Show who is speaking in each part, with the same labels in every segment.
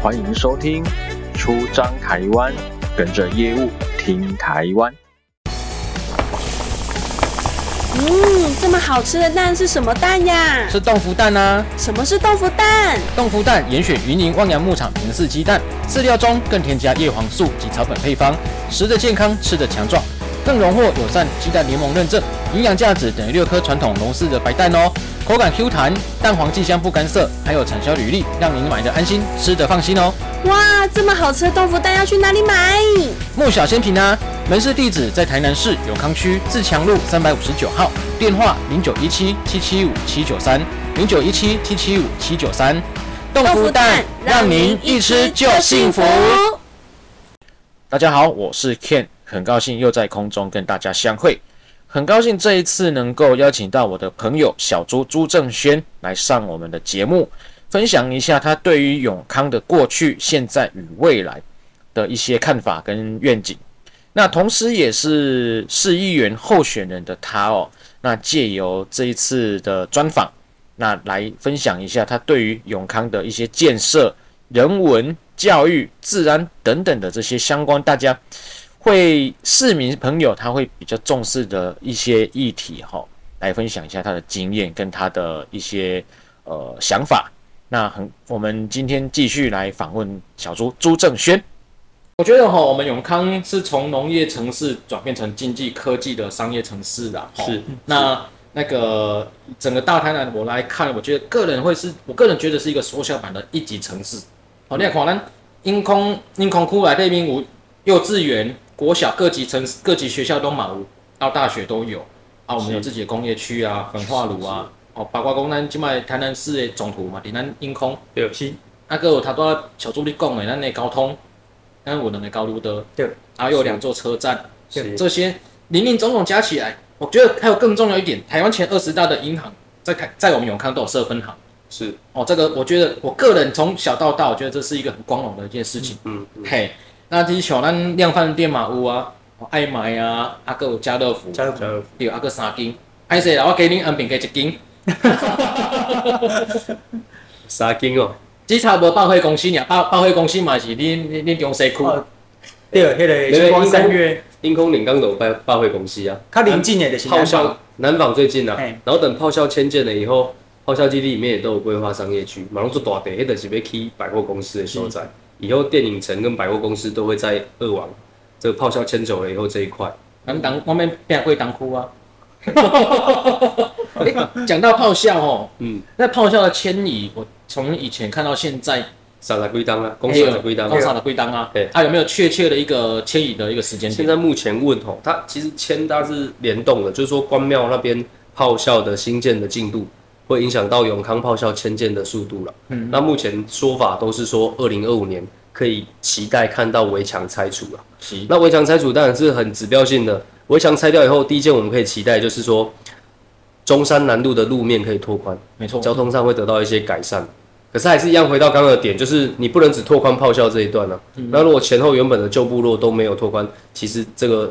Speaker 1: 欢迎收听《出张台湾》，跟着业务听台湾。
Speaker 2: 嗯，这么好吃的蛋是什么蛋呀？
Speaker 3: 是豆腐蛋啊，
Speaker 2: 什么是豆腐蛋？
Speaker 3: 豆腐蛋严选云林望洋牧场平饲鸡蛋，饲料中更添加叶黄素及草本配方，食得健康，吃得强壮，更荣获友善鸡蛋联盟认证，营养价值等于六颗传统笼式的白蛋哦。口感 Q 弹，蛋黄酱香不干涩，还有产销履历，让您买的安心，吃得放心哦。
Speaker 2: 哇，这么好吃的豆腐蛋要去哪里买？
Speaker 3: 木小鲜品啊，门市地址在台南市永康区自强路三百五十九号，电话零九一七七七五七九三零九一七七七五七九三。豆腐蛋让您一吃就幸福。大家好，我是 Ken，很高兴又在空中跟大家相会。很高兴这一次能够邀请到我的朋友小朱朱正轩来上我们的节目，分享一下他对于永康的过去、现在与未来的一些看法跟愿景。那同时也是市议员候选人的他哦，那借由这一次的专访，那来分享一下他对于永康的一些建设、人文、教育、治安等等的这些相关大家会市民朋友他会比较重视的一些议题哈、来分享一下他的经验跟他的一些呃想法。那很，我们今天继续来访问小朱朱正轩。我觉得哈，我们永康是从农业城市转变成经济科技的商业城市啦。吼
Speaker 4: 是，
Speaker 3: 那那个整个大台南我来看，我觉得个人会是我个人觉得是一个缩小版的一级城市。哦，你看咱因空因空窟来这边有幼稚园、国小各级城各级学校都满有，到大学都有啊。我们有自己的工业区啊、焚化炉啊，哦，包括讲咱即摆台南市的总图嘛，伫咱因空。
Speaker 4: 对，是，
Speaker 3: 啊，个有头拄仔小助理讲的，咱的交通，咱有两个高路的，
Speaker 4: 对，
Speaker 3: 啊，又有两座车站，
Speaker 4: 是
Speaker 3: 这些林林总总加起来，我觉得还有更重要一点，台湾前二十大的银行在台在我们永康都有设分行。
Speaker 4: 是，
Speaker 3: 哦，这个我觉得我个人从小到大，我觉得这是一个很光荣的一件事情。
Speaker 4: 嗯，嗯
Speaker 3: 嘿，那其实像咱量贩店嘛有啊，哦爱买啊，啊个有家乐福，
Speaker 4: 家乐福
Speaker 3: 对，啊个三斤，歹势啦，我给恁安平加一斤，
Speaker 4: 三斤哦，
Speaker 3: 只差无百货公司尔，百百货公司嘛是恁恁恁中西区。
Speaker 5: 哦对，迄、个星光三月，
Speaker 4: 因空领刚有拜拜会公司啊，
Speaker 5: 较临近的就是
Speaker 4: 炮
Speaker 5: 南
Speaker 4: 校
Speaker 5: 方，
Speaker 4: 南纺最近啊
Speaker 5: 嘿，
Speaker 4: 然后等炮校迁建了以后，炮校基地里面也都有规划商业区，马龙做大地，迄就是要起百货公司的所在，以后电影城跟百货公司都会在二王。这个炮校迁走了以后这一块，
Speaker 3: 咱当我们变过当哭啊。 诶讲到炮校哦，
Speaker 4: 嗯，
Speaker 3: 那炮校的迁移，我从以前看到现在，
Speaker 4: 三十几档啊，公司三十几档
Speaker 3: 工。厂的归档啊
Speaker 4: 对，
Speaker 3: 啊有没有确切的一个迁移的一个时间
Speaker 4: 现
Speaker 3: 点？
Speaker 4: 在目前问吼，它其实签它是联动的，就是说关庙那边炮校的新建的进度，会影响到永康炮校迁建的速度了。嗯，那目前说法都是说二零二五年可以期待看到围墙拆除了。
Speaker 3: 是
Speaker 4: 那围墙拆除当然是很指标性的，围墙拆掉以后，第一件我们可以期待就是说，中山南路的路面可以拓宽。
Speaker 3: 没错，
Speaker 4: 交通上会得到一些改善。可是还是一样回到刚刚的点，就是你不能只拓宽炮校这一段啊。
Speaker 3: 嗯
Speaker 4: 那如果前后原本的旧部落都没有拓宽，其实这个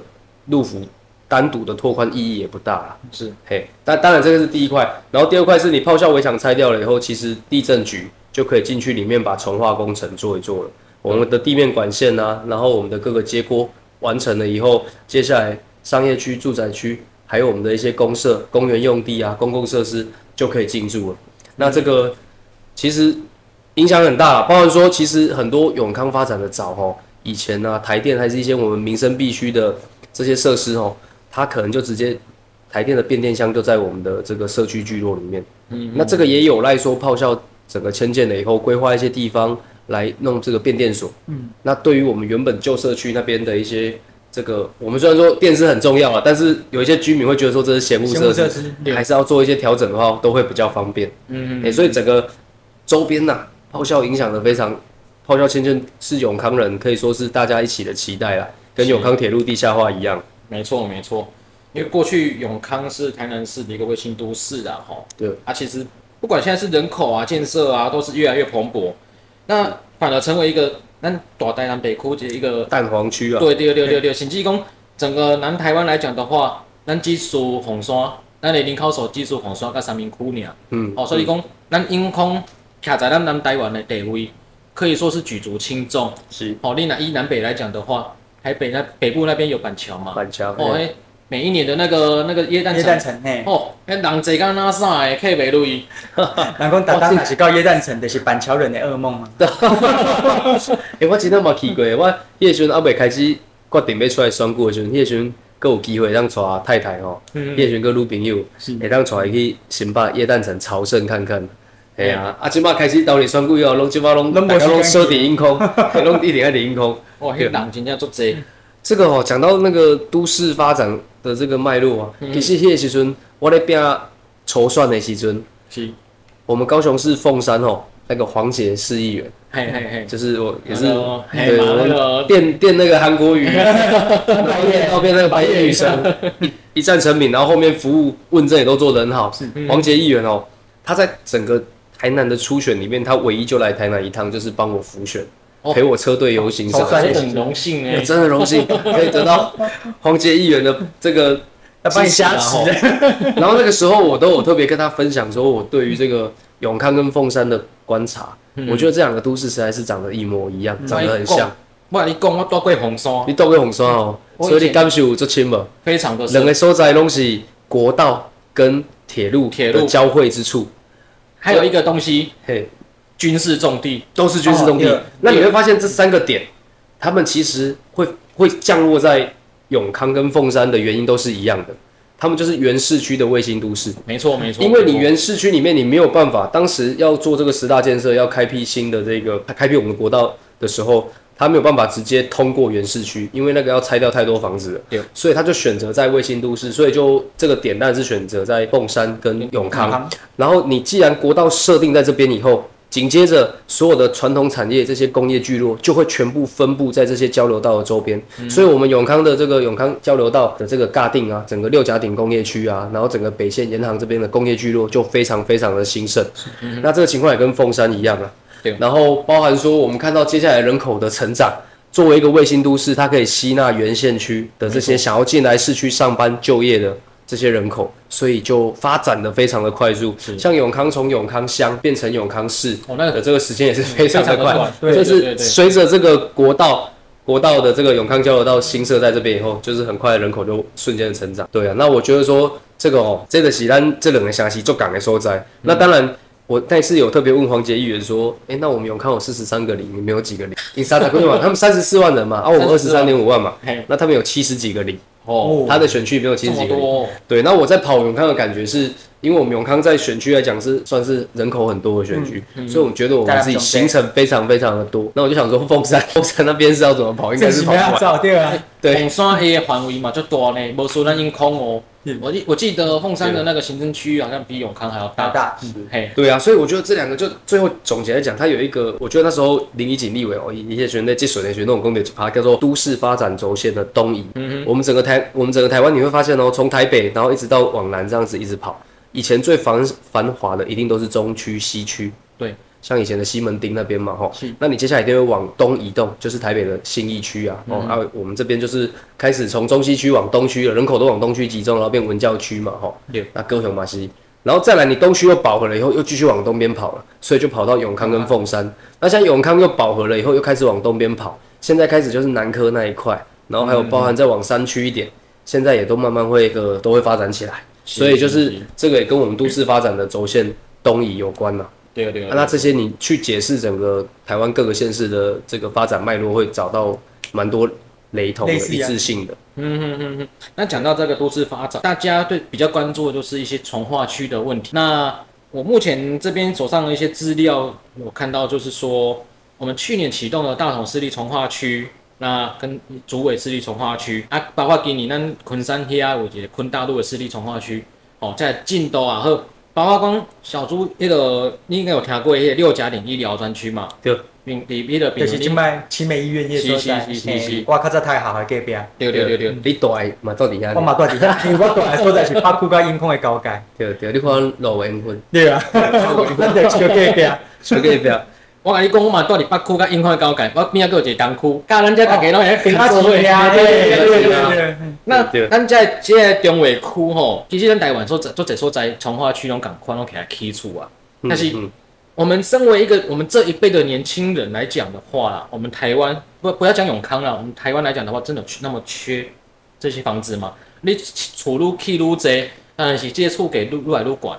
Speaker 4: 路幅单独的拓宽意义也不大啦。
Speaker 3: 是
Speaker 4: 嘿，但当然这个是第一块，然后第二块是你炮校围墙拆掉了以后，其实地震局就可以进去里面把重化工程做一做了。我们的地面管线啊，然后我们的各个接锅完成了以后，接下来商业区、住宅区，还有我们的一些公社、公园用地啊、公共设施就可以进驻了。那这个其实影响很大啦，包含说其实很多永康发展的早哦，以前呢、啊、台电还是一些我们民生必须的这些设施哦，它可能就直接台电的变电箱就在我们的这个社区聚落里面。嗯，那这个也有赖说炮校整个迁建了以后，规划一些地方来弄这个变电所。嗯，那对于我们原本旧社区那边的一些。这个我们虽然说电是很重要啊，但是有一些居民会觉得说这是闲物
Speaker 5: 生
Speaker 4: 设施
Speaker 5: 物设，施，
Speaker 4: 还是要做一些调整的话，都会比较方便。嗯，所以整个周边呐、炮校影响的非常，炮校迁建是永康人可以说是大家一起的期待啦，跟永康铁路地下化一样。
Speaker 3: 没错，没错。因为过去永康是台南市的一个卫星都市啊，吼，
Speaker 4: 对，
Speaker 3: 啊，其实不管现在是人口啊、建设啊，都是越来越蓬勃，那反而成为一个咱大台南北区的一个
Speaker 4: 蛋黄区啊，
Speaker 3: 对对对对对，甚至讲整个南台湾来讲的话，咱只属红山，咱的人口数只属红山甲三明区尔。哦
Speaker 4: 嗯
Speaker 3: 哦，所以讲咱永康徛在咱南台湾的地位，可以说是举足轻重。
Speaker 4: 嗯是
Speaker 3: 哦，另南以南北来讲的话，台北那北部那边有板桥嘛，
Speaker 4: 板桥，
Speaker 3: 哦，
Speaker 4: 嘿
Speaker 3: 哎，每一年的那个那个耶诞
Speaker 5: 耶
Speaker 3: 城
Speaker 5: 诞，城嘿，
Speaker 3: 哦，哎，人侪敢那啥诶，客袂累。
Speaker 5: 人讲达当若是到耶诞城，就是板桥人的噩梦嘛。
Speaker 4: 诶、我真正嘛去过，我迄个时阵还未开始决定要出来选股的时阵，迄个时阵阁有机会当带太太吼，迄个时阵阁女朋友会当带伊去新北夜诞城朝圣看看。哎呀，啊，即摆开始到你选股以后，拢即摆拢
Speaker 5: 拢无
Speaker 4: 大家拢
Speaker 5: 时
Speaker 4: 收
Speaker 5: 间
Speaker 4: 伫阴空， 嘿拢一定爱伫阴空。
Speaker 3: 哇，迄
Speaker 4: 对
Speaker 3: 哦人真正足济，
Speaker 4: 这个哦，讲到那个都市发展的这个脉络啊，
Speaker 3: 嗯
Speaker 4: 其实迄个时阵我咧拼筹算的时阵，
Speaker 3: 是，
Speaker 4: 我们高雄市凤山吼那个黄杰市议员，
Speaker 3: 嘿嘿嘿，
Speaker 4: 就是我也是
Speaker 3: 嗯哦嘿
Speaker 4: 对
Speaker 3: 嘛那
Speaker 4: 我
Speaker 3: 个
Speaker 4: 电电那个韩国语， 然后面后面那个白夜女神一一战成名，然后后面服务问政也都做得很好。
Speaker 3: 嗯
Speaker 4: 黄杰议员哦，他在整个台南的初选里面，他唯一就来台南一趟，就是帮我辅选，
Speaker 3: 哦
Speaker 4: 陪我车队游行
Speaker 5: 好
Speaker 4: 上
Speaker 5: 好
Speaker 4: 来
Speaker 5: 帅
Speaker 3: 真的很荣幸
Speaker 4: 我
Speaker 3: 诶。
Speaker 4: 真的荣幸可以得到黄杰议员的这个
Speaker 5: 要帮你
Speaker 4: 支持啊
Speaker 5: 加持
Speaker 4: 吼 然后那个时候，我都有特别跟他分享说，我对于这个永康跟凤山的观察，我觉得这两个都市实在是长得一模一样，
Speaker 3: 嗯
Speaker 4: 长得很像。
Speaker 3: 我跟你讲，我住过红山，
Speaker 4: 你到过红山哦，
Speaker 3: 哎我以
Speaker 4: 所
Speaker 3: 前
Speaker 4: 以你感受有这深无？
Speaker 3: 非常的
Speaker 4: 哦两个所在拢是国道跟铁路
Speaker 3: 铁路
Speaker 4: 的交汇之处，
Speaker 3: 还有一个东西，
Speaker 4: 嘿，
Speaker 3: 军事重地。
Speaker 4: 都是军事重地。
Speaker 5: 哦对
Speaker 4: 那你会发现这三个点，他们其实会会降落在永康跟凤山的原因都是一样的，他们就是原市区的卫星都市。
Speaker 3: 没错没错，
Speaker 4: 因为你
Speaker 3: 没错
Speaker 4: 原市区里面你没有办法，当时要做这个十大建设，要开辟新的这个开辟我们的国道的时候，他没有办法直接通过原市区，因为那个要拆掉太多房子了，
Speaker 3: 对
Speaker 4: 所以他就选择在卫星都市，所以就这个点当然是选择在凤山跟永康。
Speaker 5: 康
Speaker 4: 然后你既然国道设定在这边以后，紧接着所有的传统产业这些工业聚落就会全部分布在这些交流道的周边，所以我们永康的这个永康交流道的这个尬定啊，整个六甲顶工业区啊，然后整个北线沿航这边的工业聚落就非常非常的兴盛。嗯那这个情况也跟凤山一样啊。
Speaker 3: 对
Speaker 4: 然后包含说我们看到接下来人口的成长。作为一个卫星都市，它可以吸纳原县区的这些想要进来市区上班就业的这些人口，所以就发展的非常的快速。像永康从永康乡变成永康市
Speaker 3: 哦那个
Speaker 4: 的这个时间也是非常的
Speaker 3: 非常的
Speaker 4: 快
Speaker 3: 短，对
Speaker 4: 就
Speaker 3: 对对
Speaker 4: 是
Speaker 3: 对
Speaker 4: 随着这个国道。国道的这个永康交流道新设在这边以后，就是很快人口就瞬间的成长。对啊，那我觉得说这个哦，这个是咱这两个城市做港的
Speaker 3: 嗯
Speaker 4: 所在。那当然，我那次有特别问黄杰议员说，诶，那我们永康有四十三个零，你们有几个零？你三十个 嘛，他们三十四万人嘛，啊，我们二十三点五万嘛
Speaker 3: 嘿，
Speaker 4: 那他们有七十几个零，
Speaker 3: 哦，
Speaker 4: 他的选区里面有七
Speaker 3: 这
Speaker 4: 十几
Speaker 3: 么
Speaker 4: 个零。
Speaker 3: 多哦，
Speaker 4: 对，那我在跑永康的感觉是，因为我们永康在选区来讲是算是人口很多的选区，所以我觉得我们自己行程非常非常的多。那我就想说，凤山凤山那边是要怎么跑，应该
Speaker 5: 这
Speaker 4: 是
Speaker 5: 是
Speaker 4: 跑
Speaker 5: 不
Speaker 4: 不
Speaker 5: 要
Speaker 4: 完。
Speaker 5: 照对啊，
Speaker 4: 对
Speaker 3: 凤山黑的范围嘛就大呢，无输咱永康哦
Speaker 5: 嗯。
Speaker 3: 我记我记得凤山的那个行政区域好像比永康还要
Speaker 5: 老
Speaker 3: 大。
Speaker 5: 大，嗯
Speaker 3: 嘿，
Speaker 4: 对啊，所以我觉得这两个就最后总结来讲，它有一个，我觉得那时候林怡锦立委哦，一些学在技水的学那种公点它叫做都市发展轴线的东移。嗯我们整个台，我们整个台湾你会发现哦，从台北然后一直到往南这样子一直跑，以前最繁繁华的一定都是中区、西区。
Speaker 3: 对，
Speaker 4: 像以前的西门町那边嘛，吼，那你接下来一定会往东移动，就是台北的新义区啊，
Speaker 3: 嗯
Speaker 4: 哦，啊，我们这边就是开始从中西区往东区了，人口都往东区集中，然后变文教区嘛，吼，
Speaker 3: 对
Speaker 4: 那高雄嘛是，然后再来你东区又饱和了以后，又继续往东边跑了，所以就跑到永康跟凤
Speaker 3: 啊
Speaker 4: 山，那像永康又饱和了以后，又开始往东边跑，现在开始就是南科那一块，然后还有包含再往山区一点，现在也都慢慢会呃都会发展起来，
Speaker 3: 是
Speaker 4: 所以就是
Speaker 3: 是是
Speaker 4: 这个也跟我们都市发展的轴线东移有关了、
Speaker 3: 对对对
Speaker 4: 啊。那这些你去解释整个台湾各个县市的这个发展脉络，会找到蛮多雷同的、
Speaker 5: 类似
Speaker 4: 一
Speaker 5: 啊
Speaker 4: 致性的。
Speaker 3: 嗯哼哼哼，那讲到这个都市发展，大家对比较关注的就是一些从化区的问题。那我目前这边手上的一些资料，我看到就是说，我们去年启动了大同市立从化区，那跟竹尾市立从化区，啊，包括今年咱昆山黑啊，有一个昆大陆的市立从化区，哦，在进都啊，好，包括讲小猪那个，你应该有听过迄个六甲岭医疗专区嘛？
Speaker 4: 对，
Speaker 3: 并里边的
Speaker 5: 就是今摆奇美医院迄所在
Speaker 3: 是是是，是
Speaker 5: 嘿
Speaker 3: 是
Speaker 5: 我较早太好的隔壁，啊
Speaker 3: 对对对对，
Speaker 4: 嗯你大嘛到底啊
Speaker 5: 我？嘛住伫遐，因为我住的所在是拍区甲永康的交界，
Speaker 4: 对对，你看老缘分，
Speaker 5: 对啊，咱就叫隔壁，啊
Speaker 4: 所 以不要。
Speaker 3: 我甲你讲，我嘛住伫北区甲永康交界，我边仔佫有一个东区，甲咱遮大家拢会
Speaker 5: 啊，
Speaker 3: 拼做伙。
Speaker 5: 是啊，对对对对嗯
Speaker 4: 对
Speaker 5: 对，
Speaker 3: 那
Speaker 4: 对
Speaker 3: 咱遮即个中卫区吼，其实咱台湾所在做者所在从化区拢共款拢起来起厝啊，但是
Speaker 4: 嗯嗯
Speaker 3: 我们身为一个我们这一辈的年轻人来讲的话啦，我们台湾不不要讲永康啦，我们台湾来讲的话，真的缺那么缺这些房子吗？你厝愈起愈济，当然是这些厝给愈愈来愈悬，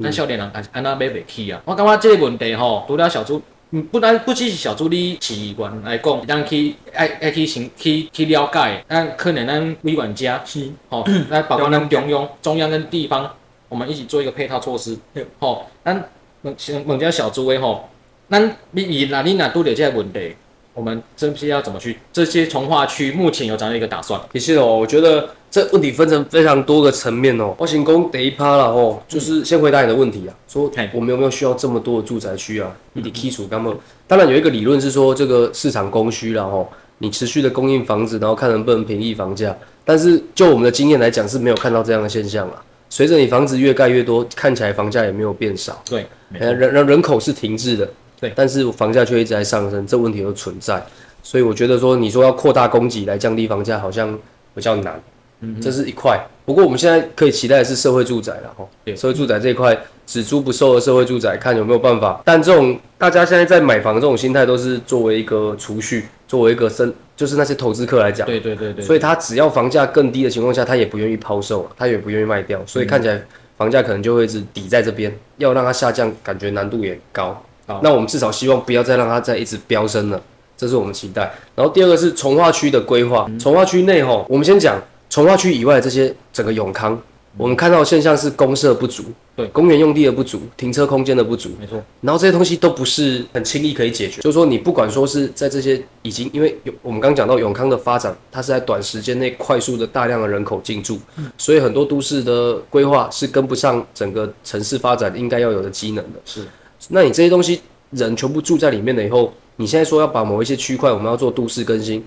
Speaker 3: 咱少年人还是安那买袂起啊。我感觉这个问题吼，除了小朱，嗯不单不只是小朱你市议员来讲，咱去爱爱去想去去了解，咱可能咱委员家
Speaker 5: 是，
Speaker 3: 吼、哦那包括咱中央、中央跟地方，我们一起做一个配套措施
Speaker 5: 对，
Speaker 3: 吼、咱问问家小诸位吼，咱你以哪里哪都有这个问题，我们这批要怎么去？这些从化区目前有怎样一个打算？
Speaker 4: 其实哦，我觉得这问题分成非常多个层面哦。我行工第一趴了哦，就是先回答你的问题啊，说
Speaker 3: 嘿
Speaker 4: 我们有没有需要这么多的住宅区啊？你的基础干嘛？当然有一个理论是说这个市场供需了哦，你持续的供应房子，然后看能不能平抑房价。但是就我们的经验来讲，是没有看到这样的现象啊。随着你房子越盖越多，看起来房价也没有变少。
Speaker 3: 对，没
Speaker 4: 呃，
Speaker 3: 错
Speaker 4: 人人人口是停滞的，
Speaker 3: 对
Speaker 4: 但是房价却一直在上升，这问题又存在，所以我觉得说，你说要扩大供给来降低房价，好像比较难，嗯，这是一块。不过我们现在可以期待的是社会住宅了哈，
Speaker 3: 对
Speaker 4: 社会住宅这一块只租不售的社会住宅，看有没有办法。但这种大家现在在买房这种心态，都是作为一个储蓄，作为一个生，就是那些投资客来讲，
Speaker 3: 对对对对，
Speaker 4: 所
Speaker 3: 以
Speaker 4: 以他只要房价更低的情况下，他也不愿意抛售，他也不愿意卖掉，所以看起
Speaker 3: 嗯
Speaker 4: 来房价可能就会一直抵在这边，要让它下降，感觉难度也高
Speaker 3: 好。
Speaker 4: 那我们至少希望不要再让它再一直飙升了，这是我们期待。然后第二个是从化区的规划，
Speaker 3: 嗯
Speaker 4: 从化区内吼，我们先讲从化区以外的这些整个永康，我们看到的现象是公社不足，
Speaker 3: 对
Speaker 4: 公园用地的不足，停车空间的不足，
Speaker 3: 没错，
Speaker 4: 然后这些东西都不是很轻易可以解决，就是说你不管说是在这些已经，因为有我们刚刚讲到永康的发展，它是在短时间内快速的大量的人口进驻，所以很多都市的规划是跟不上整个城市发展应该要有的机能的。
Speaker 3: 是，
Speaker 4: 那你这些东西人全部住在里面了以后，你现在说要把某一些区块我们要做都市更新，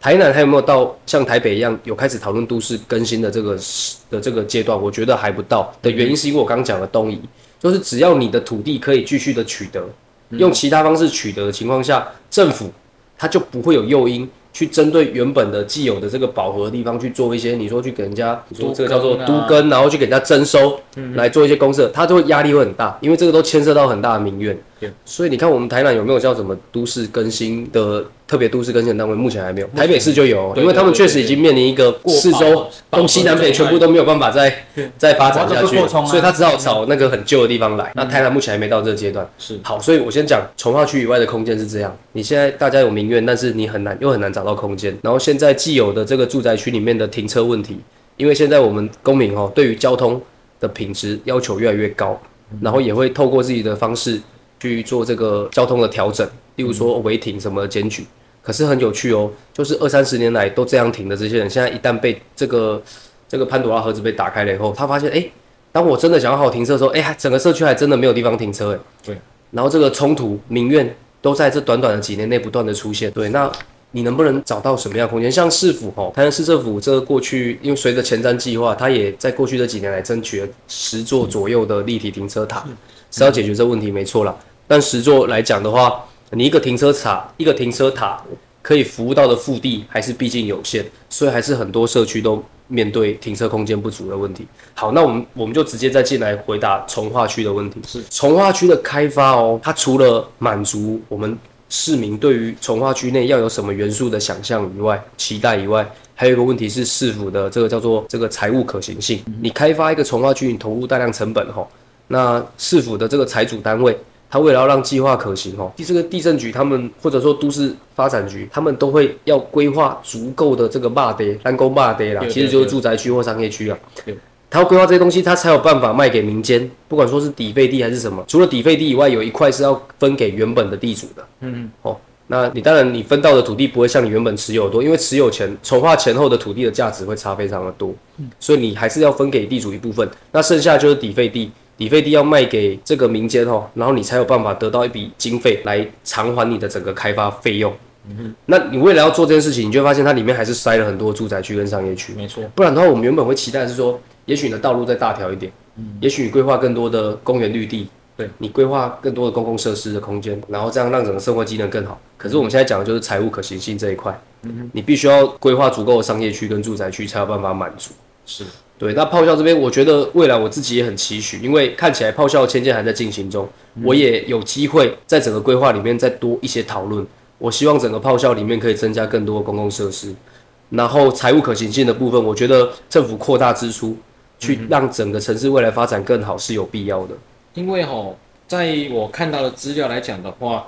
Speaker 4: 台南还有没有到像台北一样有开始讨论都市更新的这个时的这个阶段？我觉得还不到的原因是因为我刚刚讲的东移，就是只要你的土地可以继续的取得，用其他方式取得的情况下，政府它就不会有诱因。去针对原本的既有的这个饱和的地方去做一些，你说去给人家，你说这个叫做
Speaker 3: 都
Speaker 4: 都
Speaker 3: 更啊嗯
Speaker 4: 跟，然后去给人家征收，来做一些公社，它就会压力会很大，因为这个都牵涉到很大的民怨。
Speaker 3: 对
Speaker 4: 所以你看，我们台南有没有叫什么都市更新的特别都市更新的单位？目前还没有，台北市就有哦，
Speaker 3: 对
Speaker 4: 因为他们
Speaker 3: 对对
Speaker 4: 确实已经面临一个
Speaker 3: 饱
Speaker 4: 四周东西南北全部都没有办法再再发展下
Speaker 5: 往这
Speaker 4: 去
Speaker 5: 个扩，充啊嗯
Speaker 4: 所以他只好找那个很旧的地方来。那台南目前还没到这个阶段。
Speaker 3: 是
Speaker 4: 好，所以我先讲从化区以外的空间是这样，你现在大家有民怨，但是你很难又很难找到空间。然后现在既有的这个住宅区里面的停车问题，因为现在我们公民哦对于交通的品质要求越来越高，
Speaker 5: 嗯
Speaker 4: 然后也会透过自己的方式去做这个交通的调
Speaker 5: 嗯
Speaker 4: 整，例如说违停什么检举。可是很有趣哦，就是二三十年来都这样停的这些人，现在一旦被这个这个潘朵拉盒子被打开了以后，他发现哎、诶当我真的想要好好停车的时候，哎、还整个社区还真的没有地方停车哎、诶
Speaker 3: 对，
Speaker 4: 然后这个冲突民怨都在这短短的几年内不断的出现。对，那你能不能找到什么样的空间？像市府吼，台南市政府这个过去，因为随着前瞻计划，它也在过去这几年来争取了十座左右的立体停车塔，是要解决这问题没错啦。但十座来讲的话，你一个停车塔，一个停车塔可以服务到的腹地还是毕竟有限，所以还是很多社区都面对停车空间不足的问题。好，那我们我们就直接再进来回答从化区的问题。是从化区的开发哦，它除了满足我们市民对于从化区内要有什么元素的想象以外、期待以外，还有一个问题是市府的这个叫做这个财务可行性。你开发一个从化区，你投入大量成本哦吼、那市府的这个财主单位，他为了要让计划可行哦，这个地震局他们或者说都市发展局，他们都会要规划足够的这个坝地，单沟坝地啦，
Speaker 3: 对对
Speaker 4: 其实就是
Speaker 3: 对
Speaker 4: 住宅区或商业区啊
Speaker 3: 对。
Speaker 4: 他要规划这些东西，他才有办法卖给民间，不管说是底费地还是什么。除了底费地以外，有一块是要分给原本的地主的。
Speaker 3: 嗯，
Speaker 4: 哦，那你当然你分到的土地不会像你原本持有的多，因为持有前筹划前后的土地的价值会差非常的多，所以你还是要分给地主一部分，那剩下就是底费地。底费地要卖给这个民间哦，然后你才有办法得到一笔经费来偿还你的整个开发费用。那你未来要做这件事情，你就会发现它里面还是塞了很多住宅区跟商业区。
Speaker 3: 没错，
Speaker 4: 不然的话，我们原本会期待是说，也许你的道路再大条一点，也许你规划更多的公园绿地，
Speaker 3: 对
Speaker 4: 你规划更多的公共设施的空间，然后这样让整个生活机能更好。可是我们现在讲的就是财务可行性这一块，你必须要规划足够的商业区跟住宅区，才有办法满足。
Speaker 3: 是
Speaker 4: 对，那炮校这边，我觉得未来我自己也很期许，因为看起来炮校的迁建还在进行中，我也有机会在整个规划里面再多一些讨论。我希望整个炮校里面可以增加更多的公共设施，然后财务可行性的部分，我觉得政府扩大支出，去让整个城市未来发展更好是有必要的。
Speaker 3: 因为吼、在我看到的资料来讲的话，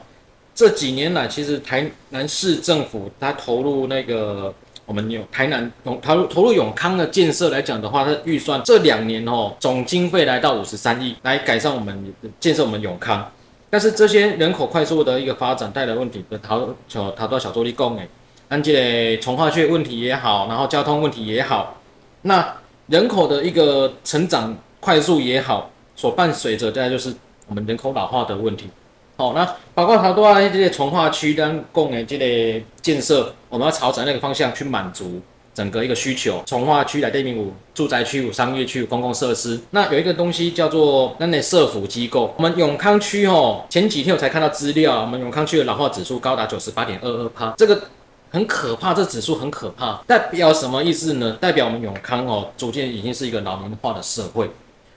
Speaker 3: 这几年来其实台南市政府它投入那个我们有台南永投入投入永康的建设来讲的话，它的预算这两年哦总经费来到五十三亿，来改善我们建设我们永康。但是这些人口快速的一个发展带来问题，逃小逃到小周立贡诶，按这从化区的问题也好，然后交通问题也好，那人口的一个成长快速也好，所伴随着大概就是我们人口老化的问题。好、那包括它都在这些从化区跟供给这类建设，我们要朝着那个方向去满足整个一个需求。从化区来对面五住宅区五商业区有公共设施，那有一个东西叫做那那社服机构。我们永康区哦，前几天我才看到资料，我们永康区的老化指数高达九十八点二二帕，这个很可怕，这指数很可怕，代表什么意思呢？代表我们永康哦，逐渐已经是一个老龄化的社会。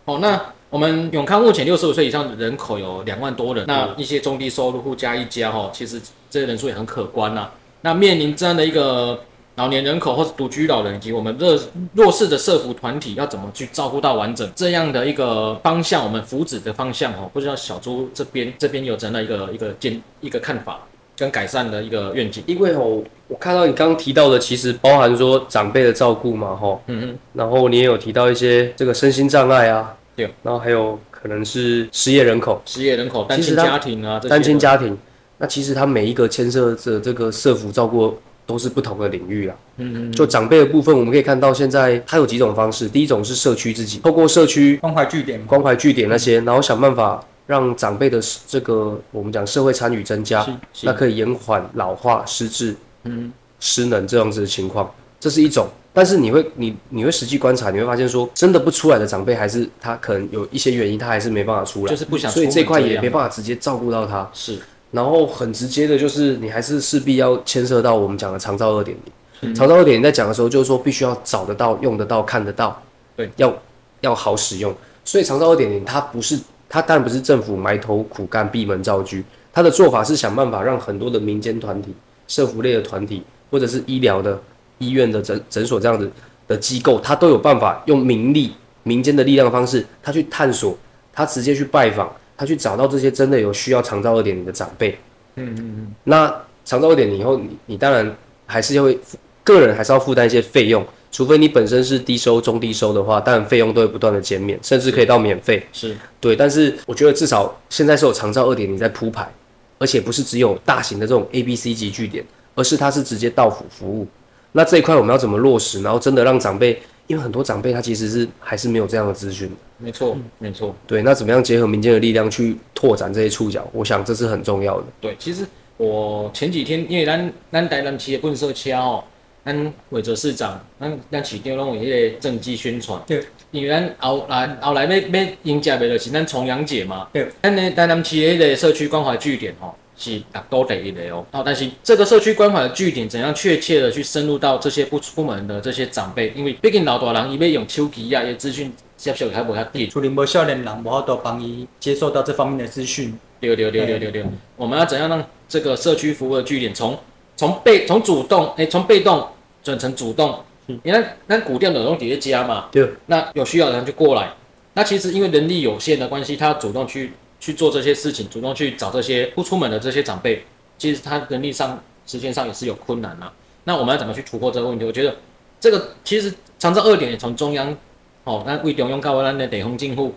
Speaker 3: 哦，那我们永康目前六十五岁以上的人口有两万多人，那一些中低收入户加一家哦，其实这些人数也很可观呐、啊那面临这样的一个老年人口或是独居老人以及我们弱弱势的社服团体，要怎么去照顾到完整这样的一个方向，我们福祉的方向哦，不知道小朱这边这边有怎样的一个一个见一个看法跟改善的一个愿景？
Speaker 4: 因为哦，我看到你刚刚提到的，其实包含说长辈的照顾嘛，吼，
Speaker 3: 嗯嗯，
Speaker 4: 然后你也有提到一些这个身心障碍啊，
Speaker 3: 对，
Speaker 4: 然后还有可能是失业人口、
Speaker 3: 失业人口、单亲
Speaker 4: 其实他
Speaker 3: 家庭啊，这些
Speaker 4: 单亲
Speaker 3: 的
Speaker 4: 家庭，那其实它每一个牵涉着这个社服照顾都是不同的领域啦。
Speaker 3: 嗯嗯嗯
Speaker 4: 就长辈的部分，我们可以看到现在它有几种方式，第一种是社区自己透过社区
Speaker 5: 关怀据点嘛，
Speaker 4: 关怀据点那些，然后想办法让长辈的这个我们讲社会参与增加，
Speaker 3: 是
Speaker 4: 那可以延缓老化、失智
Speaker 3: 嗯
Speaker 4: 失能这样子的情况，这是一种。但是你会你你会实际观察，你会发现说，真的不出来的长辈，还是他可能有一些原因，他还是没办法出来，
Speaker 3: 就是不想
Speaker 4: 所以
Speaker 3: 出门
Speaker 4: 这块
Speaker 3: 这
Speaker 4: 也
Speaker 3: 样
Speaker 4: 没办法直接照顾到他。
Speaker 3: 是
Speaker 4: 然后很直接的就是，你还是势必要牵涉到我们讲的长照二点零。长照二点零在讲的时候，就是说必须要找得到、用得到、看得到，
Speaker 3: 对，
Speaker 4: 要要好使用。所以长照二点零它不是它当然不是政府埋头苦干、闭门造车，它的做法是想办法让很多的民间团体、社服类的团体，或者是医疗的医院的诊诊所这样子的机构，它都有办法用民力、民间的力量的方式，他去探索，他直接去拜访，他去找到这些真的有需要长照二点零的长辈。
Speaker 3: 嗯嗯嗯
Speaker 4: 那长照一点，你以后你你当然还是会个人还是要负担一些费用，除非你本身是低收、中低收的话，当然费用都会不断的减免，甚至可以到免费。
Speaker 3: 是
Speaker 4: 对，但是我觉得至少现在是有长照二点零在铺排，而且不是只有大型的这种 A、B、C 级据点，而是它是直接到府服务。那这一块我们要怎么落实？然后真的让长辈，因为很多长辈他其实是还是没有这样的资讯的。
Speaker 3: 没错
Speaker 4: 嗯
Speaker 3: 没错。
Speaker 4: 对，那怎么样结合民间的力量去拓展这些触角？我想这是很重要的。
Speaker 3: 对，其实我前几天因为咱咱台南市的建设车哦，咱伟哲市长，咱咱市长拢有迄个政绩宣传。
Speaker 5: 对。
Speaker 3: 因为咱后来后来要要迎接的就是咱重阳节嘛。
Speaker 5: 对。
Speaker 3: 咱的台南市的迄个社区关怀据点哦，是六都第一的哦。哦，但是这个社区关怀的据点怎样确切的去深入到这些不出门的这些长辈？因为毕竟老大人伊要用手机啊，伊资讯接受还无遐紧。
Speaker 5: 处理无少年人，无法度帮伊接受到这方面的资讯。
Speaker 3: 六六六六六六，我们要怎样让这个社区服务的据点从从被从主动哎从被动转成主动？你看，那古店的东底下加嘛，
Speaker 4: 对，
Speaker 3: 那有需要的人就过来。那其实因为人力有限的关系，他主动去去做这些事情，主动去找这些不出门的这些长辈，其实他人力上、时间上也是有困难啊。那我们要怎么去突破这个问题？我觉得这个其实长征二点也从中央哦，那为中央高咱的地方政府，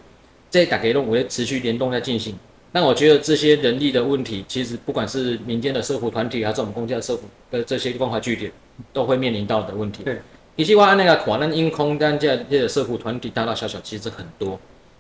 Speaker 3: 这大家拢有在持续联动在进行。那我觉得这些人力的问题，其实不管是民间的社服团体，啊还是我们公家的社服的这些关怀据点，都会面临到的问题。
Speaker 5: 对，
Speaker 3: 以及话那个华南因空单这这些社服团体大大小小其实很多，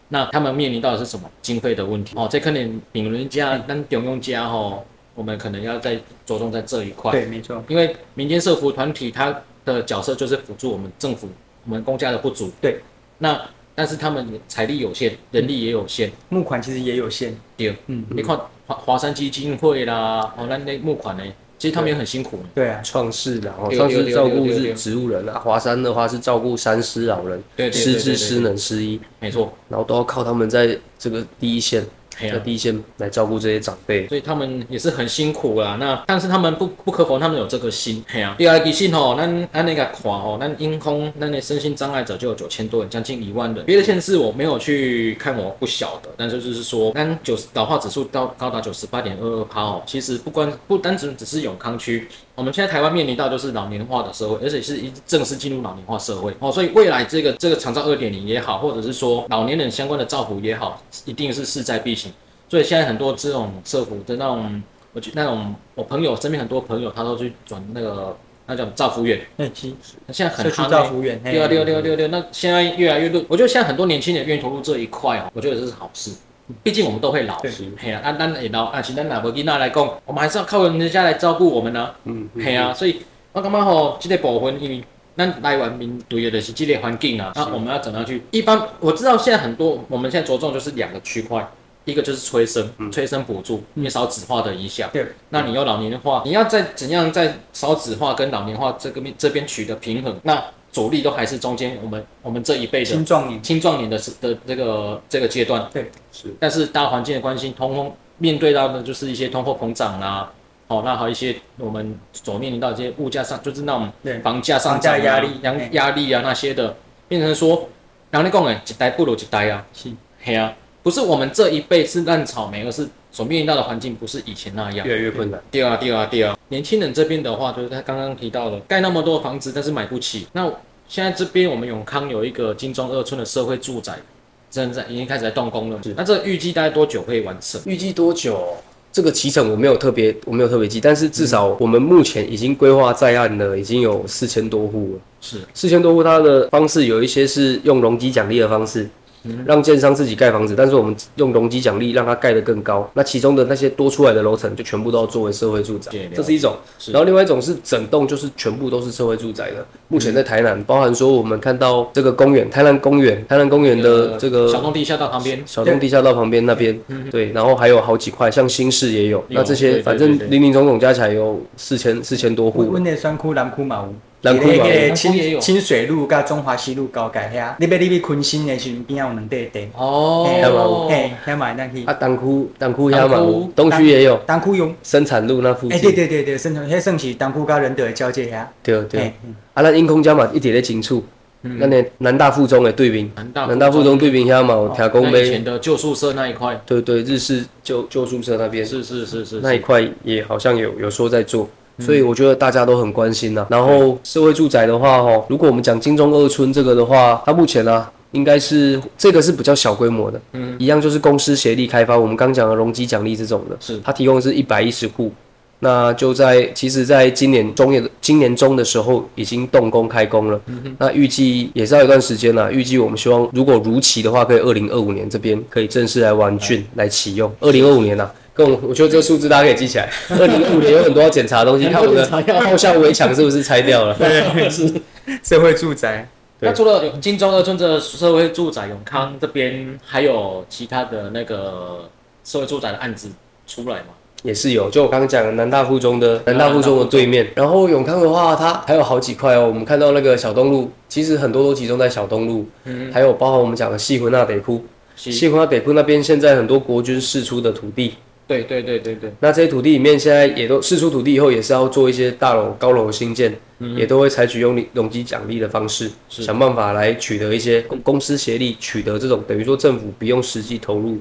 Speaker 3: 那他们面临到的是什么经费的问题？哦，这可能丙人家、咱中用家吼、我们可能要再着重在这一块。
Speaker 5: 对，没错，
Speaker 3: 因为民间社服团体它的角色就是辅助我们政府我们公家的不足。
Speaker 5: 对，
Speaker 3: 那但是他们财力有限，人力也有限。
Speaker 5: 募款其实也有限。
Speaker 3: 对，
Speaker 5: 嗯
Speaker 3: 你看华华山基金会啦，哦，咱那募款呢，其实他们也很辛苦。
Speaker 5: 对啊，
Speaker 4: 创世啦，哦，
Speaker 3: 对
Speaker 4: 创
Speaker 3: 对
Speaker 4: 世
Speaker 3: 对
Speaker 4: 照顾
Speaker 3: 对对
Speaker 4: 日
Speaker 3: 对
Speaker 4: 植物人啊，华山的话是照顾山师老人，
Speaker 3: 对对对
Speaker 4: 失
Speaker 3: 对对
Speaker 4: 智、失能、失医，
Speaker 3: 没错，
Speaker 4: 然后都要靠他们在这个第一线，
Speaker 3: 哎呀
Speaker 4: 在第一线来照顾这些长辈。
Speaker 3: 所以他们也是很辛苦啦。那但是他们不不可否认，他们有这个心。嘿啊，第二个信吼，咱咱那个看吼，咱英空咱的身心障碍者就有九千多人，将近一万人。别的县市我没有去看，我不晓得。但是就是说，咱九十老化指数到高达九十八点二二趴哦。其实不关不单只只是永康区，我们现在台湾面临到就是老年化的社会，而且是一正式进入老年化社会哦，所以未来这个这个长照二点零也好，或者是说老年人相关的照顾也好，一定是势在必行。所以现在很多这种社服的那种，我觉那种我朋友身边很多朋友他都去转那个那叫造福员，
Speaker 5: 那其
Speaker 3: 那现在很
Speaker 5: 社区
Speaker 3: 夯
Speaker 5: 照
Speaker 3: 欸
Speaker 5: 服务员，嘿
Speaker 3: 对啊，对啊，对啊，对啊，对啊。那现在越来越多，我觉得现在很多年轻人愿意投入这一块哦，我觉得这是好事。毕竟我们都会老
Speaker 5: 对，
Speaker 3: 嘿啊，那那也老，啊，其实咱老婆囡仔来讲，我们还是要靠人家来照顾我们呢、
Speaker 4: 嗯，嗯
Speaker 3: 嘿啊，所以我感觉吼，这个部分因为咱台湾面对的就是这个环境啊，那我们要怎么样去？一般我知道现在很多，我们现在着重就是两个区块，一个就是催生，催生补助，因少子化的影响。
Speaker 5: 对，
Speaker 3: 那你有老年化，你要在怎样在少子化跟老年化这个面这边取得平衡？那主力都还是中间我们我们这一辈的
Speaker 5: 青壮年，
Speaker 3: 青壮年的的这个这个阶段，
Speaker 5: 对，
Speaker 4: 是。
Speaker 3: 但是大环境的关系，通通面对到的就是一些通货膨涨啦，哦，那还有一些我们所面临到一些物价上，就是那种
Speaker 5: 对
Speaker 3: 房价上
Speaker 5: 房价
Speaker 3: 涨啊
Speaker 5: 压力
Speaker 3: 压
Speaker 5: 哎
Speaker 3: 压力啊那些的，变成说，然后你讲诶，一代不如一代啊，
Speaker 5: 是
Speaker 3: 嘿啊，不是我们这一辈是烂草莓，而是所面临到的环境不是以前那样
Speaker 4: 越。来越困难。
Speaker 3: 对啊，对啊，对啊。年轻人这边的话，就是他刚刚提到了，盖那么多房子，但是买不起。那现在这边我们永康有一个金钟二村的社会住宅，正在已经开始在动工了。那这个预计大概多久会完成？
Speaker 4: 预计多久？这个骑程我没有特别，我没有特别记，但是至少我们目前已经规划在案的已经有四千多户了。
Speaker 3: 是
Speaker 4: 四千多户，它的方式有一些是用容积奖励的方式，
Speaker 3: 嗯
Speaker 4: 让建商自己盖房子，但是我们用容积奖励让它盖得更高。那其中的那些多出来的楼层，就全部都要作为社会住宅
Speaker 3: 对了，解
Speaker 4: 这是一种。
Speaker 3: 是嗯
Speaker 4: 然后另外一种是整栋就是全部都是社会住宅的。目前在台南，包含说我们看到这个公园，台南公园，台南公园的这个
Speaker 3: 呃小东地下道旁边，
Speaker 4: 小东地下道旁边那边，对，然后还有好几块，像新市也有，
Speaker 3: 嗯有
Speaker 4: 那这
Speaker 3: 对
Speaker 4: 些
Speaker 3: 对
Speaker 4: 反
Speaker 3: 对
Speaker 4: 正
Speaker 3: 对
Speaker 4: 零零总总加起来有四千四千多
Speaker 5: 阮
Speaker 4: 户
Speaker 5: 阮，的选区南区嘛有。
Speaker 4: 南区嘛有
Speaker 5: 那个
Speaker 3: 南区也有
Speaker 5: 清清水路甲中华西路交界遐，你要你要昆新的时阵边仔有两块地，
Speaker 3: 哦，
Speaker 5: 嘿，遐嘛咱去
Speaker 4: 啊，，东区东区也
Speaker 3: 东
Speaker 4: 嘛
Speaker 3: 区，
Speaker 4: 东区也有，
Speaker 5: 东区用，
Speaker 4: 生产路那附
Speaker 5: 哎，对
Speaker 4: 近，
Speaker 5: 对对对，算迄算是东区甲仁德的交界遐，
Speaker 4: 对
Speaker 5: 嘿
Speaker 4: 对，，啊，咱英空家嘛一直咧进出，
Speaker 3: 哎嗯
Speaker 4: 咱的南大附中的对面，
Speaker 3: 南大哦
Speaker 4: 南大附中对面遐嘛有听讲
Speaker 3: 那以前
Speaker 4: 呗，
Speaker 3: 的旧宿舍那一块，
Speaker 4: 对对，日式旧旧宿舍那边
Speaker 3: 是是是是嗯
Speaker 4: 那一
Speaker 3: 是，
Speaker 4: 块也好像有有说在做。所以我觉得大家都很关心呐、然后社会住宅的话，哦，如果我们讲金钟二村这个的话，它目前呢、啊、应该是这个是比较小规模的，
Speaker 3: 嗯，
Speaker 4: 一样就是公司协力开发，我们刚讲的容积奖励这种的，
Speaker 3: 是
Speaker 4: 它提供的是一百一十户，那就在其实，在今年中也今年中的时候已经动工开工了，那预计也是要一段时间啦，预计我们希望如果如期的话，可以二零二五年这边可以正式来完竣来启用，二零二五年呐、跟我我觉得这个数字大家可以记起 来，二零二五年有很多要检查的东西， 看我的后校围墙是不是拆 掉了。
Speaker 5: 社会住宅，
Speaker 3: 那除了有金钟二村这社会住宅永康这边，还有其他的那个社会住宅的案子出来吗？
Speaker 4: 也是有，就我刚刚讲的南大附中的南大附中的对面，然后永康的话，它还有好几块哦。我们看到那个小东路，其实很多都集中在小东路，
Speaker 3: 嗯，
Speaker 4: 还有包含我们讲的西湖那得窟，
Speaker 3: 是
Speaker 4: 西湖那得窟那边现在很多国军释出的土地，
Speaker 3: 对对对对对，
Speaker 4: 那这些土地里面现在也都释出土地以后，也是要做一些大楼高楼的新建，也都会采取用利容积奖励的方式，
Speaker 3: 嗯是
Speaker 4: 想办法来取得一些公公司协力取得这种等于说政府不用实际投入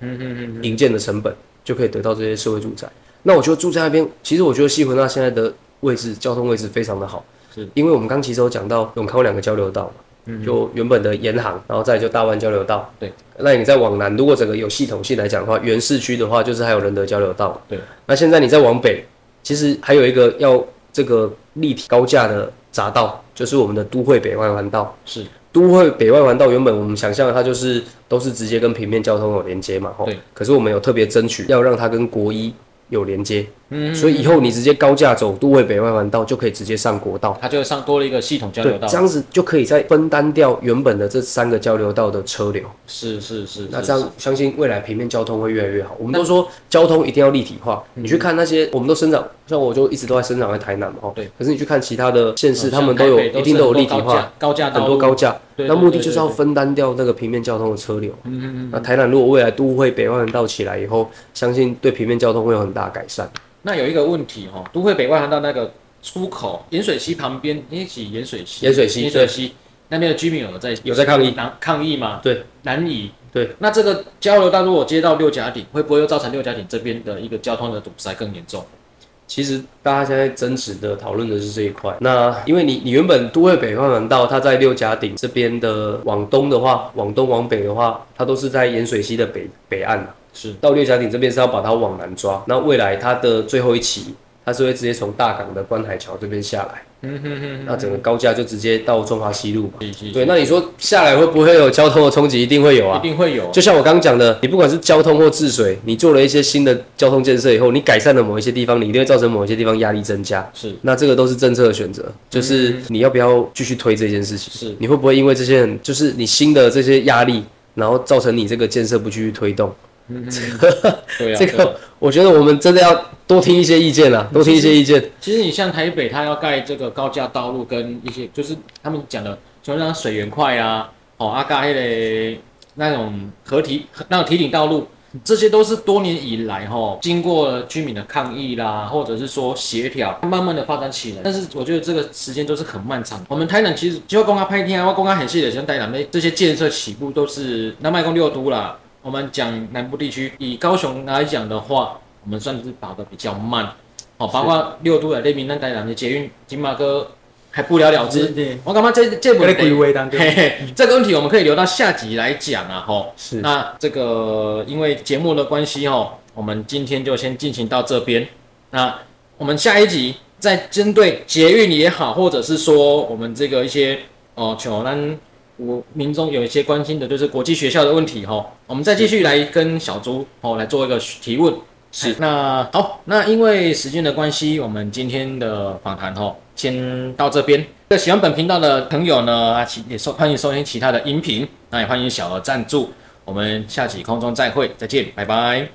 Speaker 3: 嗯嗯嗯
Speaker 4: 营建的成本，就可以得到这些社会住宅。那我觉得住在那边，其实我觉得西湖那现在的位置，交通位置非常的好，
Speaker 3: 是
Speaker 4: 因为我们刚其实有讲到永康有两个交流道嘛，
Speaker 3: 嗯，
Speaker 4: 就原本的沿航，然后再来就大湾交流道。
Speaker 3: 对，
Speaker 4: 那你再往南，如果整个有系统性来讲的话，原市区的话就是还有仁德交流道。
Speaker 3: 对，
Speaker 4: 那现在你再往北，其实还有一个要这个立体高架的匝道，就是我们的都会北外环道。
Speaker 3: 是
Speaker 4: 都会北外环道原本我们想象的它就是都是直接跟平面交通有连接嘛，吼
Speaker 3: 对。
Speaker 4: 可是我们有特别争取要让它跟国一有连接，
Speaker 3: 嗯
Speaker 4: 所以以后你直接高架走都会北外环道，就可以直接上国道。
Speaker 3: 它就上多了一个系统交流
Speaker 4: 对，
Speaker 3: 道
Speaker 4: 这。样子就可以再分担掉原本的这三个交流道的车流。
Speaker 3: 是是是，
Speaker 4: 那
Speaker 3: 是
Speaker 4: 这
Speaker 3: 是
Speaker 4: 样，相信未来平面交通会越来越好。我们都说交通一定要立体化，
Speaker 3: 嗯
Speaker 4: 你去看那些，我们都生长，像我就一直都在生长在台南嘛，哦
Speaker 3: 对。
Speaker 4: 可是你去看其他的县市，
Speaker 3: 像
Speaker 4: 他们都有
Speaker 3: 台北
Speaker 4: 一定都有立
Speaker 3: 是
Speaker 4: 体
Speaker 3: 很多高架
Speaker 4: 化，，
Speaker 3: 高架道
Speaker 4: 很
Speaker 3: 路
Speaker 4: 多高，架，
Speaker 3: 对对
Speaker 4: 那目的就是要
Speaker 3: 对对对
Speaker 4: 分担掉那个平面交通的车流。
Speaker 3: 嗯嗯嗯。
Speaker 4: 那台南如果未来都会北万人道起来以后，相信对平面交通会有很大改善。
Speaker 3: 那有一个问题哈，都会北外环道那个出口盐水溪旁边，一起盐水溪，
Speaker 4: 盐水溪
Speaker 3: 盐水溪那边的居民有在
Speaker 4: 有在抗议
Speaker 3: 南抗议吗？
Speaker 4: 对，
Speaker 3: 南移。
Speaker 4: 对，
Speaker 3: 那这个交流道如果接到六甲顶，会不会又造成六甲顶这边的一个交通的堵塞更严重？
Speaker 4: 其实大家现在争执的讨论的是这一块。那因为你你原本都会北方南道，它在六甲顶这边的往东的话，往东往北的话，它都是在盐水溪的北北岸啊
Speaker 3: 是
Speaker 4: 到六甲顶这边是要把它往南抓。那未来它的最后一期，它是会直接从大港的观海桥这边下来，
Speaker 3: 嗯哼哼
Speaker 4: 那整个高架就直接到中华西路嘛。
Speaker 3: 是是
Speaker 4: 对，那你说下来会不会有交通的冲击？一定会有啊
Speaker 3: 一。定会有，
Speaker 4: 就像我刚刚讲的，你不管是交通或治水，你做了一些新的交通建设以后，你改善了某一些地方，你一定会造成某一些地方压力增加。
Speaker 3: 是
Speaker 4: 那这个都是政策的选择，就是你要不要继续推这件事情，
Speaker 3: 是
Speaker 4: 你会不会因为这些人，就是你新的这些压力，然后造成你这个建设不继续推动？
Speaker 3: 嗯 对啊，
Speaker 4: 这
Speaker 3: 对啊
Speaker 4: 个我觉得我们真的要多听一些意见啦，多听一些意见。
Speaker 3: 其实你像台北，它要盖这个高架道路跟一些，就是他们讲的，就像水源块啊，哦，阿盖嘞那种合体那种提顶道路，这些都是多年以来哈、哦，经过居民的抗议啦，或者是说协调，慢慢的发展起来。但是我觉得这个时间都是很漫长的。我们台南其实就公开拍天啊，公开很细的，像台南那这些建设起步都是那麦公六都啦。我们讲南部地区，以高雄来讲的话，我们算是跑得比较慢。哦，包括六都的那边，咱台南的捷运金马哥还不了了之。
Speaker 5: 对，
Speaker 3: 我感觉这这
Speaker 5: 我
Speaker 3: 问
Speaker 5: 咧
Speaker 3: 题
Speaker 5: 规，划当中，
Speaker 3: 嘿嘿，这个问题我们可以留到下集来讲啊，吼。
Speaker 4: 是
Speaker 3: 那这个因为节目的关系哦，我们今天就先进行到这边。那我们下一集再针对捷运也好，或者是说我们这个一些哦，像咱我民众有一些关心的就是国际学校的问题哦，我们再继续来跟小朱哦来做一个提问。
Speaker 4: 是，
Speaker 3: 那好，那因为时间的关系，我们今天的访谈哦，先到这边。那喜欢本频道的朋友呢，啊，其也收欢迎收听其他的音频，那也欢迎小额赞助。我们下期空中再会，再见，拜拜。